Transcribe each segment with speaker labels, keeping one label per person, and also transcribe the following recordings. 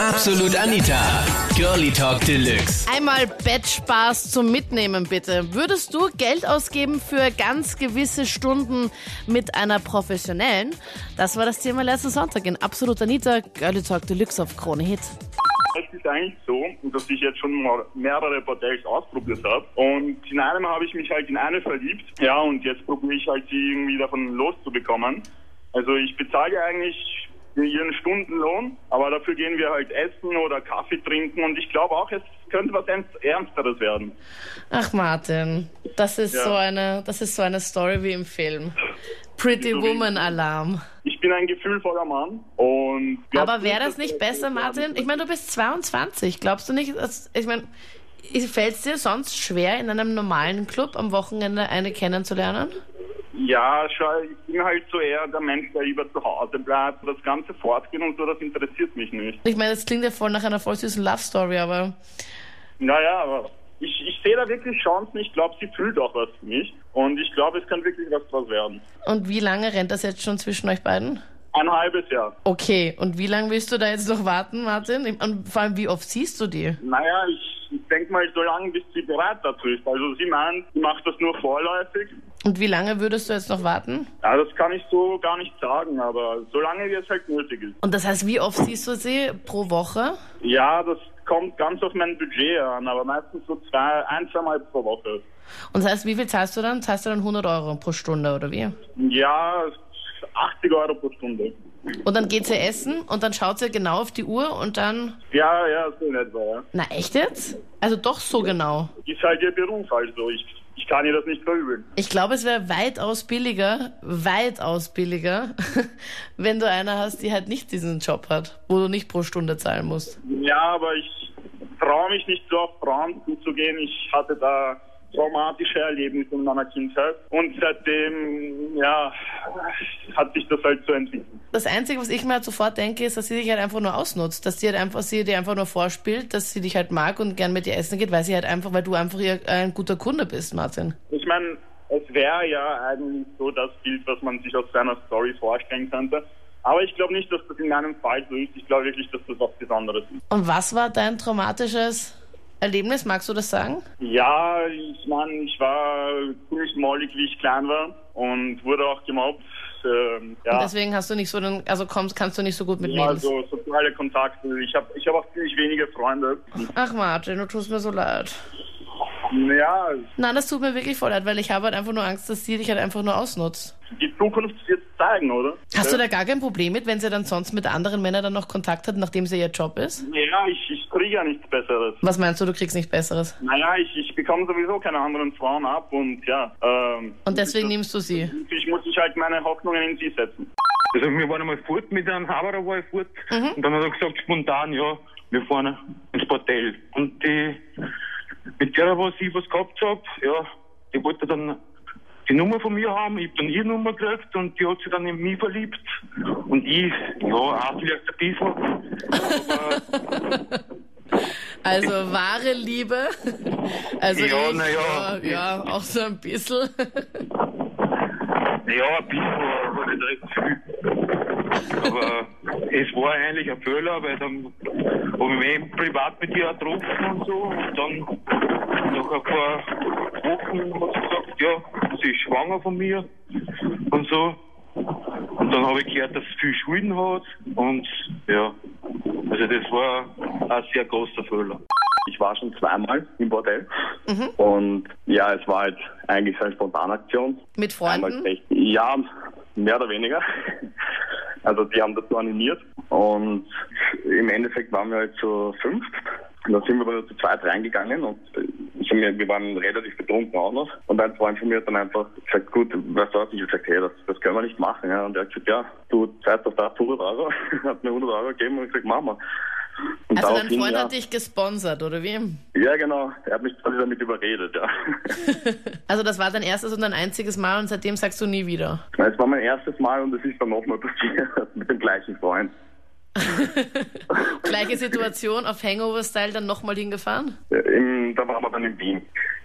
Speaker 1: Absolut Anita. Girlie Talk Deluxe.
Speaker 2: Einmal Bettspaß zum Mitnehmen bitte. Würdest du Geld ausgeben für ganz gewisse Stunden mit einer professionellen? Das war das Thema letzten Sonntag in Absolut Anita, Girlie Talk Deluxe auf Krone Hit.
Speaker 3: Es ist eigentlich so, dass ich jetzt schon mal mehrere Bordells ausprobiert habe. Und in einem habe ich mich halt in eine verliebt. Ja, und jetzt probiere ich halt, sie irgendwie davon loszubekommen. Also ich bezahle eigentlich ihren Stundenlohn, aber dafür gehen wir halt essen oder Kaffee trinken. Und ich glaube auch, es könnte was Ernst Ernsteres werden.
Speaker 2: Ach Martin, das ist
Speaker 3: Ja.
Speaker 2: so eine, das ist so eine Story wie im Film. Pretty
Speaker 3: So wie-
Speaker 2: Woman Alarm.
Speaker 3: Ich bin ein gefühlvoller Mann. Und
Speaker 2: Aber wäre das nicht besser, Martin? Ich meine, du bist 22. Glaubst du nicht, dass, ich meine, fällt es dir sonst schwer, in einem normalen Club am Wochenende eine kennenzulernen?
Speaker 3: Ja, schau, ich bin halt so eher der Mensch, der lieber zu Hause bleibt. Das ganze Fortgehen und so, das interessiert mich nicht.
Speaker 2: Ich meine, das klingt ja voll nach einer voll süßen Love Story, aber
Speaker 3: Naja, aber ich, ich sehe da wirklich Chancen. Ich glaube, sie fühlt auch was für mich. Und ich glaube, es kann wirklich was draus werden.
Speaker 2: und wie lange rennt das jetzt schon zwischen euch beiden?
Speaker 3: Ein halbes Jahr.
Speaker 2: Okay, und wie lange willst du da jetzt noch warten, Martin? Ich- Und vor allem, wie oft siehst du die?
Speaker 3: Naja, ich, ich denke mal so lange, bis sie bereit dazu ist. Also sie meint, sie macht das nur vorläufig.
Speaker 2: Und wie lange würdest du jetzt noch warten?
Speaker 3: Ja, das kann ich so gar nicht sagen, aber solange wie es halt nötig ist.
Speaker 2: Und das heißt, wie oft siehst du sie pro Woche?
Speaker 3: Ja, das kommt ganz auf mein Budget an, aber meistens so zwei, ein, zwei Mal pro Woche.
Speaker 2: Und das heißt, wie viel zahlst du dann? Zahlst du dann 100 Euro pro Stunde oder wie?
Speaker 3: Ja, 80 Euro pro Stunde.
Speaker 2: Und dann geht sie essen und dann schaut sie genau auf die Uhr und dann.
Speaker 3: Ja, ja, so in etwa, ja.
Speaker 2: Na, echt jetzt? Also doch so genau.
Speaker 3: Ist halt ihr Beruf, also ich, ich kann ihr das nicht verübeln.
Speaker 2: Ich glaube, es wäre weitaus billiger, weitaus billiger, wenn du eine hast, die halt nicht diesen Job hat, wo du nicht pro Stunde zahlen musst.
Speaker 3: Ja, aber ich traue mich nicht so auf Frauen zuzugehen. Ich hatte da traumatische Erlebnisse in meiner Kindheit und seitdem, ja, hat sich das halt so entwickelt.
Speaker 2: Das Einzige, was ich mir halt sofort denke, ist, dass sie dich halt einfach nur ausnutzt, dass sie halt einfach, sie dir einfach nur vorspielt, dass sie dich halt mag und gern mit dir essen geht, weil sie halt einfach, weil du einfach ihr äh, ein guter Kunde bist, Martin.
Speaker 3: Ich meine, es wäre ja eigentlich so das Bild, was man sich aus seiner Story vorstellen könnte. Aber ich glaube nicht, dass das in meinem Fall so ist. Ich glaube wirklich, dass das was Besonderes ist.
Speaker 2: Und was war dein traumatisches Erlebnis? Magst du das sagen?
Speaker 3: Ja, ich meine, ich war ziemlich mollig, wie ich klein war und wurde auch gemobbt.
Speaker 2: Und
Speaker 3: Ähm, ja,
Speaker 2: deswegen hast du nicht so den, also kommst, kannst du nicht so gut mit
Speaker 3: ja
Speaker 2: Mädels.
Speaker 3: also soziale Kontakte. Ich habe ich hab auch ziemlich wenige Freunde.
Speaker 2: Ach Martin, du tust mir so leid.
Speaker 3: Ja,
Speaker 2: Nein, das tut mir wirklich voll leid, weil ich habe halt einfach nur Angst, dass sie dich halt einfach nur ausnutzt.
Speaker 3: die Zukunft wird zeigen, oder?
Speaker 2: Hast du
Speaker 3: Äh,
Speaker 2: da gar kein Problem mit, wenn sie dann sonst mit anderen Männern dann noch Kontakt hat, nachdem sie ihr Job ist?
Speaker 3: ja, ich, ich kriege ja nichts Besseres.
Speaker 2: Was meinst du, du kriegst nichts Besseres?
Speaker 3: Naja, ich, ich bekomme sowieso keine anderen Frauen ab und ja. Ähm,
Speaker 2: Und deswegen nimmst du sie.
Speaker 3: Ich muss ich halt meine Hoffnungen in sie setzen.
Speaker 4: Also wir waren einmal fort mit einem Haberer war ich fort und dann hat er gesagt spontan, ja, wir fahren ins Bordell. Und die mit der, was ich was gehabt hab, ja, die wollte dann die Nummer von mir haben, ich hab dann ihre Nummer gekriegt und die hat sich dann in mich verliebt. Und ich, ja, auch vielleicht ein bisschen.
Speaker 2: Also wahre Liebe. Also
Speaker 4: Ja,
Speaker 2: ich,
Speaker 4: na ja.
Speaker 2: äh, ja, auch so ein bisschen.
Speaker 4: Ja, ein bisschen, aber nicht recht viel. Aber es war eigentlich ein Fehler, weil dann habe ich mich eben privat mit ihr getroffen und so. Und dann nach ein paar Wochen hat sie gesagt, ja, sie ist schwanger von mir und so. Und dann habe ich gehört, dass sie viel Schulden hat und ja, also das war ein sehr großer Fehler.
Speaker 5: Ich war schon zweimal im Bordell
Speaker 2: Mhm.
Speaker 5: und ja, es war halt eigentlich so eine Spontanaktion.
Speaker 2: Mit
Speaker 5: Einmal
Speaker 2: Freunden.
Speaker 5: gleich- ja, mehr oder weniger. Also die haben dazu animiert und im Endeffekt waren wir halt zu fünf. Und dann sind wir aber nur zu zweit reingegangen und ich hab mir- wir waren relativ betrunken auch noch. Und ein Freund von mir hat dann einfach gesagt, gut, weißt du was, ich hab gesagt, hey, das, das können wir nicht machen. Ja. Und er hat gesagt, ja, du zahlst auf das 100 Euro, hat mir 100 Euro gegeben und ich gesagt, machen wir. Und
Speaker 2: Also dein
Speaker 5: daraufhin,
Speaker 2: Freund
Speaker 5: ja.
Speaker 2: hat dich gesponsert, oder wie?
Speaker 5: Ja, genau. Er hat mich quasi damit überredet, ja.
Speaker 2: Also das war dein erstes und dein einziges Mal und seitdem sagst du nie wieder.
Speaker 5: Es war mein erstes Mal und es ist dann nochmal passiert mit dem gleichen Freund.
Speaker 2: Gleiche Situation auf Hangover-Style dann nochmal hingefahren.
Speaker 5: Äh, Im, da waren wir dann in Wien.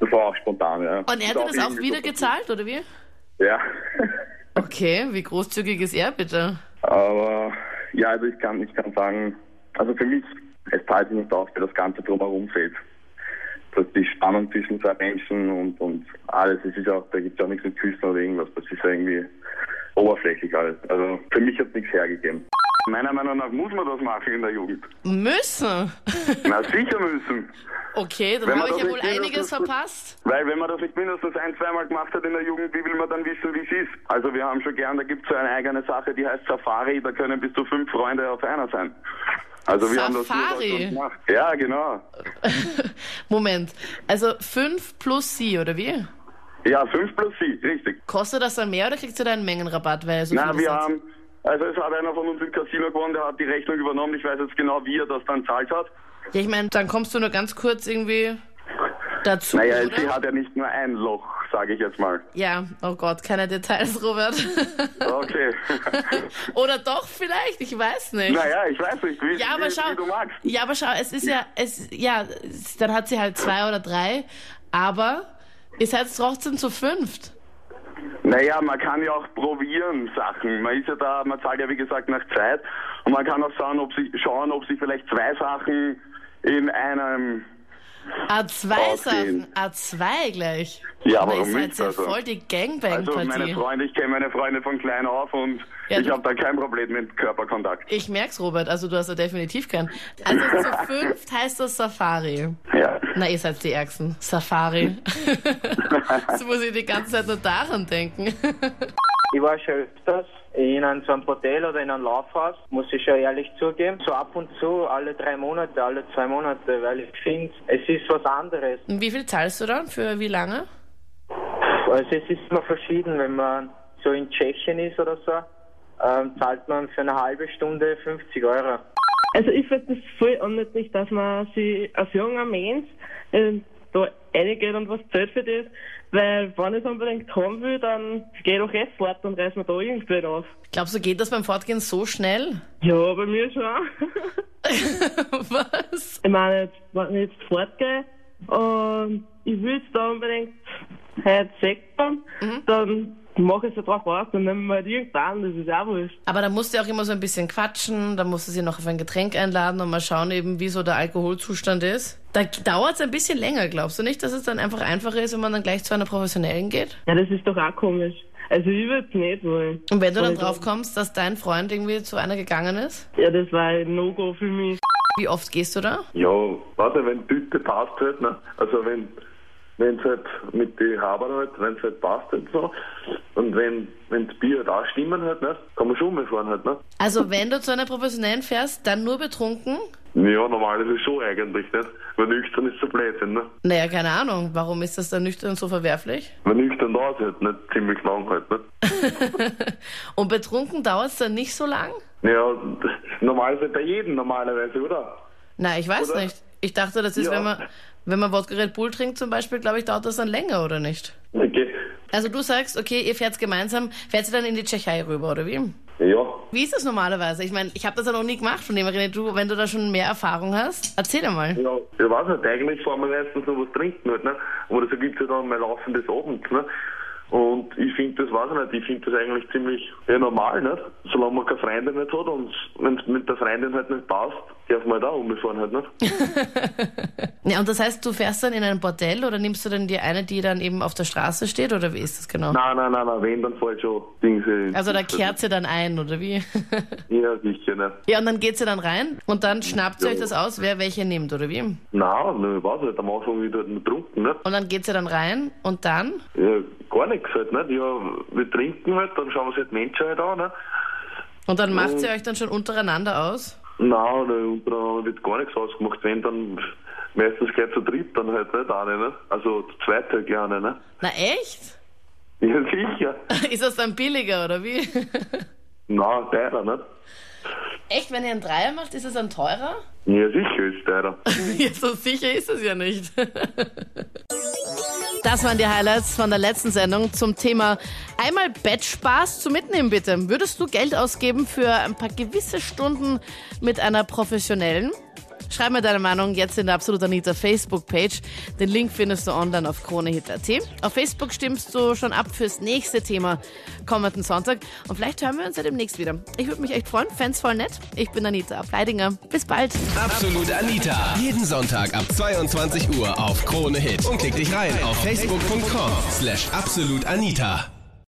Speaker 5: Das war auch spontan, ja.
Speaker 2: Und er hat dir das auch wieder gezahlt, oder wie?
Speaker 5: Ja.
Speaker 2: Okay, wie großzügig ist er bitte?
Speaker 5: Aber ja, also ich kann, ich kann sagen, Also für mich, es zahlt sich nicht aus, weil das Ganze drumherum fehlt. Das ist die Spannung zwischen zwei Menschen und, und alles. Es ist auch, da gibt es auch nichts mit Küssen oder irgendwas. Das ist ja irgendwie oberflächlich alles. Also für mich hat nichts hergegeben.
Speaker 4: Meiner Meinung nach muss man das machen in der Jugend.
Speaker 2: Müssen?
Speaker 4: Na sicher müssen.
Speaker 2: Okay, dann
Speaker 4: Wenn
Speaker 2: habe
Speaker 4: man
Speaker 2: ich ja
Speaker 4: doch
Speaker 2: wohl
Speaker 4: nicht will,
Speaker 2: einiges
Speaker 4: dass das-
Speaker 2: verpasst.
Speaker 4: Weil wenn man das nicht mindestens ein, zweimal gemacht hat in der Jugend, wie will man dann wissen, wie es ist? Also wir haben schon gern, da gibt es so eine eigene Sache, die heißt Safari, da können bis zu fünf Freunde auf einer sein. Also wir haben das nur
Speaker 2: Safari?
Speaker 4: dort schon gemacht. Ja, genau.
Speaker 2: Moment, also 5 plus Sie, oder wie?
Speaker 4: Ja, fünf plus sie, richtig.
Speaker 2: Kostet das dann mehr oder kriegst du da einen Mengenrabatt? Weil so
Speaker 4: Na,
Speaker 2: viele
Speaker 4: wir
Speaker 2: sind?
Speaker 4: haben, also es hat einer von uns im Casino gewonnen, der hat die Rechnung übernommen, ich weiß jetzt genau, wie er das dann zahlt hat.
Speaker 2: Ja, ich meine, dann kommst du nur ganz kurz irgendwie dazu,
Speaker 4: Naja,
Speaker 2: oder?
Speaker 4: sie hat ja nicht nur ein Loch, sage ich jetzt mal.
Speaker 2: Ja, oh Gott, keine Details, Robert.
Speaker 4: Okay.
Speaker 2: oder doch vielleicht, ich weiß nicht.
Speaker 4: naja, ich weiß nicht, wie,
Speaker 2: Ja, aber
Speaker 4: wie,
Speaker 2: schau,
Speaker 4: wie du magst.
Speaker 2: ja, aber schau, es ist ja, es, ja, es, dann hat sie halt zwei oder drei, aber ihr seid trotzdem zu fünft.
Speaker 4: Naja, man kann ja auch probieren Sachen. Man ist ja da, man zahlt ja wie gesagt nach Zeit und man kann auch schauen, ob sie, schauen, ob sie vielleicht zwei Sachen in einem.
Speaker 2: A2 Sachen,
Speaker 4: Ausgehen.
Speaker 2: A2 gleich.
Speaker 4: Ja,
Speaker 2: aber
Speaker 4: warum
Speaker 2: ihr seid
Speaker 4: nicht,
Speaker 2: ja
Speaker 4: also?
Speaker 2: voll die
Speaker 4: Also meine
Speaker 2: Gangbang-Partie.
Speaker 4: Freunde, ich kenne meine Freunde von klein auf und
Speaker 2: Ja,
Speaker 4: ich
Speaker 2: du-
Speaker 4: habe da kein Problem mit Körperkontakt.
Speaker 2: ich merk's, Robert, also du hast ja definitiv keinen. Also zu fünft heißt das Safari.
Speaker 4: Ja.
Speaker 2: Na, ihr seid die Ärgsten. Safari. Jetzt muss ich die ganze Zeit nur daran denken.
Speaker 6: Ich war schon öfters in einem, so einem Hotel oder in einem Laufhaus, muss ich schon ehrlich zugeben. So ab und zu, alle drei Monate, alle zwei Monate, weil ich finde, es ist was anderes.
Speaker 2: Und wie viel zahlst du dann? Für wie lange?
Speaker 6: Also es ist immer verschieden, wenn man so in Tschechien ist oder so, ähm, zahlt man für eine halbe Stunde 50 Euro.
Speaker 7: Also ich finde das voll unnötig, dass man sich als junger Mensch äh, da reingeht und was zahlt für das. Weil wenn ich es unbedingt haben will, dann geh doch eh fort und reiß mir da irgendwen auf.
Speaker 2: Glaubst du, geht das beim Fortgehen so schnell?
Speaker 7: Ja, bei mir schon.
Speaker 2: Was?
Speaker 7: ich meine, jetzt, wenn ich jetzt fortgehe und ich will jetzt da unbedingt heute Sex haben, dann mache ich es ja drauf aus, dann nehmen wir halt irgendwann, das ist auch wurscht.
Speaker 2: Aber da musst du ja auch immer so ein bisschen quatschen, da musst du sie noch auf ein Getränk einladen und mal schauen eben, wie so der Alkoholzustand ist. Da dauert es ein bisschen länger, glaubst du nicht, dass es dann einfach einfacher ist, wenn man dann gleich zu einer Professionellen geht?
Speaker 7: Ja, das ist doch auch komisch. Also ich würde es nicht wollen.
Speaker 2: Und wenn du dann
Speaker 7: Also-
Speaker 2: drauf kommst, dass dein Freund irgendwie zu einer gegangen ist,
Speaker 7: Ja, das war ein No-Go für mich.
Speaker 2: wie oft gehst du da?
Speaker 8: Ja, warte, wenn die Tüte passt halt, ne? also wenn wenn's halt mit den Habern halt, wenn's halt passt halt so und wenn wenn das Bier halt auch stimmen halt, ne? kann man schon mal fahren halt. Ne?
Speaker 2: Also wenn du zu einer Professionellen fährst, dann nur betrunken?
Speaker 8: Ja, normal ist es schon eigentlich, nicht? weil nüchtern ist so Blödsinn, ne?
Speaker 2: Naja, keine Ahnung. Warum ist das dann nüchtern so verwerflich?
Speaker 8: weil nüchtern dauert halt nicht ziemlich lang halt. Ne?
Speaker 2: Und betrunken dauert es dann nicht so lang?
Speaker 8: Ja, normal ist halt bei jedem normalerweise, oder?
Speaker 2: Na, ich weiß
Speaker 8: Oder?
Speaker 2: nicht. Ich dachte, das ist,
Speaker 8: Ja.
Speaker 2: wenn man, wenn man Wodka Red Bull trinkt zum Beispiel, glaube ich, dauert das dann länger, oder nicht?
Speaker 8: Okay.
Speaker 2: Also du sagst, okay, ihr fährt gemeinsam, fährt ihr dann in die Tschechei rüber, oder wie?
Speaker 8: Ja,
Speaker 2: Wie ist das normalerweise? Ich meine, ich habe das ja noch nie gemacht, von dem René, du, wenn du da schon mehr Erfahrung hast, erzähl doch mal.
Speaker 8: Ja, ich weiß nicht, eigentlich fahren wir meistens noch was trinken halt, ne? Aber das ergibt sich dann mal laufendes Abend, ne? Und ich finde das, weiß ich nicht, ich finde das eigentlich ziemlich ja, normal, nicht? Solange man keine Freundin nicht hat und wenn es mit der Freundin halt nicht passt, darf man halt auch umfahren halt, nicht?
Speaker 2: Ja, und das heißt, du fährst dann in ein Bordell oder nimmst du dann dir eine, die dann eben auf der Straße steht, oder wie ist das genau?
Speaker 8: Nein, nein, nein, nein, wenn, dann fällt schon Dings hin.
Speaker 2: Also da kehrt sie dann ein, oder wie?
Speaker 8: Ja, sicher, ne?
Speaker 2: ja, und dann geht sie dann rein und dann schnappt sie euch das aus, wer welche nimmt, oder wie? Und
Speaker 8: Nein, ne, ich weiß nicht, am Anfang wieder halt getrunken, ne?
Speaker 2: dann geht sie dann rein und dann?
Speaker 8: Ja, gar nichts halt, nicht? Ja, wir trinken halt, dann schauen wir uns halt Menschen halt an, ne?
Speaker 2: Und dann macht sie euch dann schon untereinander aus?
Speaker 8: Nein, da untereinander wird gar nichts ausgemacht. Wenn, dann meistens gleich zu dritt, dann halt nicht eine, ne? Also zu zweit halt gerne, ne?
Speaker 2: Na echt?
Speaker 8: Ja, sicher.
Speaker 2: Ist das dann billiger, oder wie?
Speaker 8: Nein, teurer, ne?
Speaker 2: Echt, wenn ihr einen Dreier macht, ist es dann teurer?
Speaker 8: Ja, sicher ist teurer.
Speaker 2: Ja, so sicher ist es ja nicht. Das waren die Highlights von der letzten Sendung zum Thema einmal Bettspaß zu mitnehmen, bitte. Würdest du Geld ausgeben für ein paar gewisse Stunden mit einer professionellen? Schreib mir deine Meinung jetzt in der Absolut Anita Facebook-Page. Den Link findest du online auf kronehit.at. Auf Facebook stimmst du schon ab fürs nächste Thema kommenden Sonntag. Und vielleicht hören wir uns ja demnächst wieder. Ich würde mich echt freuen. Fans voll nett. Ich bin Anita Ableidinger. Bis bald.
Speaker 1: Absolut Anita. Jeden Sonntag ab 22 Uhr auf Krone Hit. Und klick dich rein auf facebook.com slash absolutanita.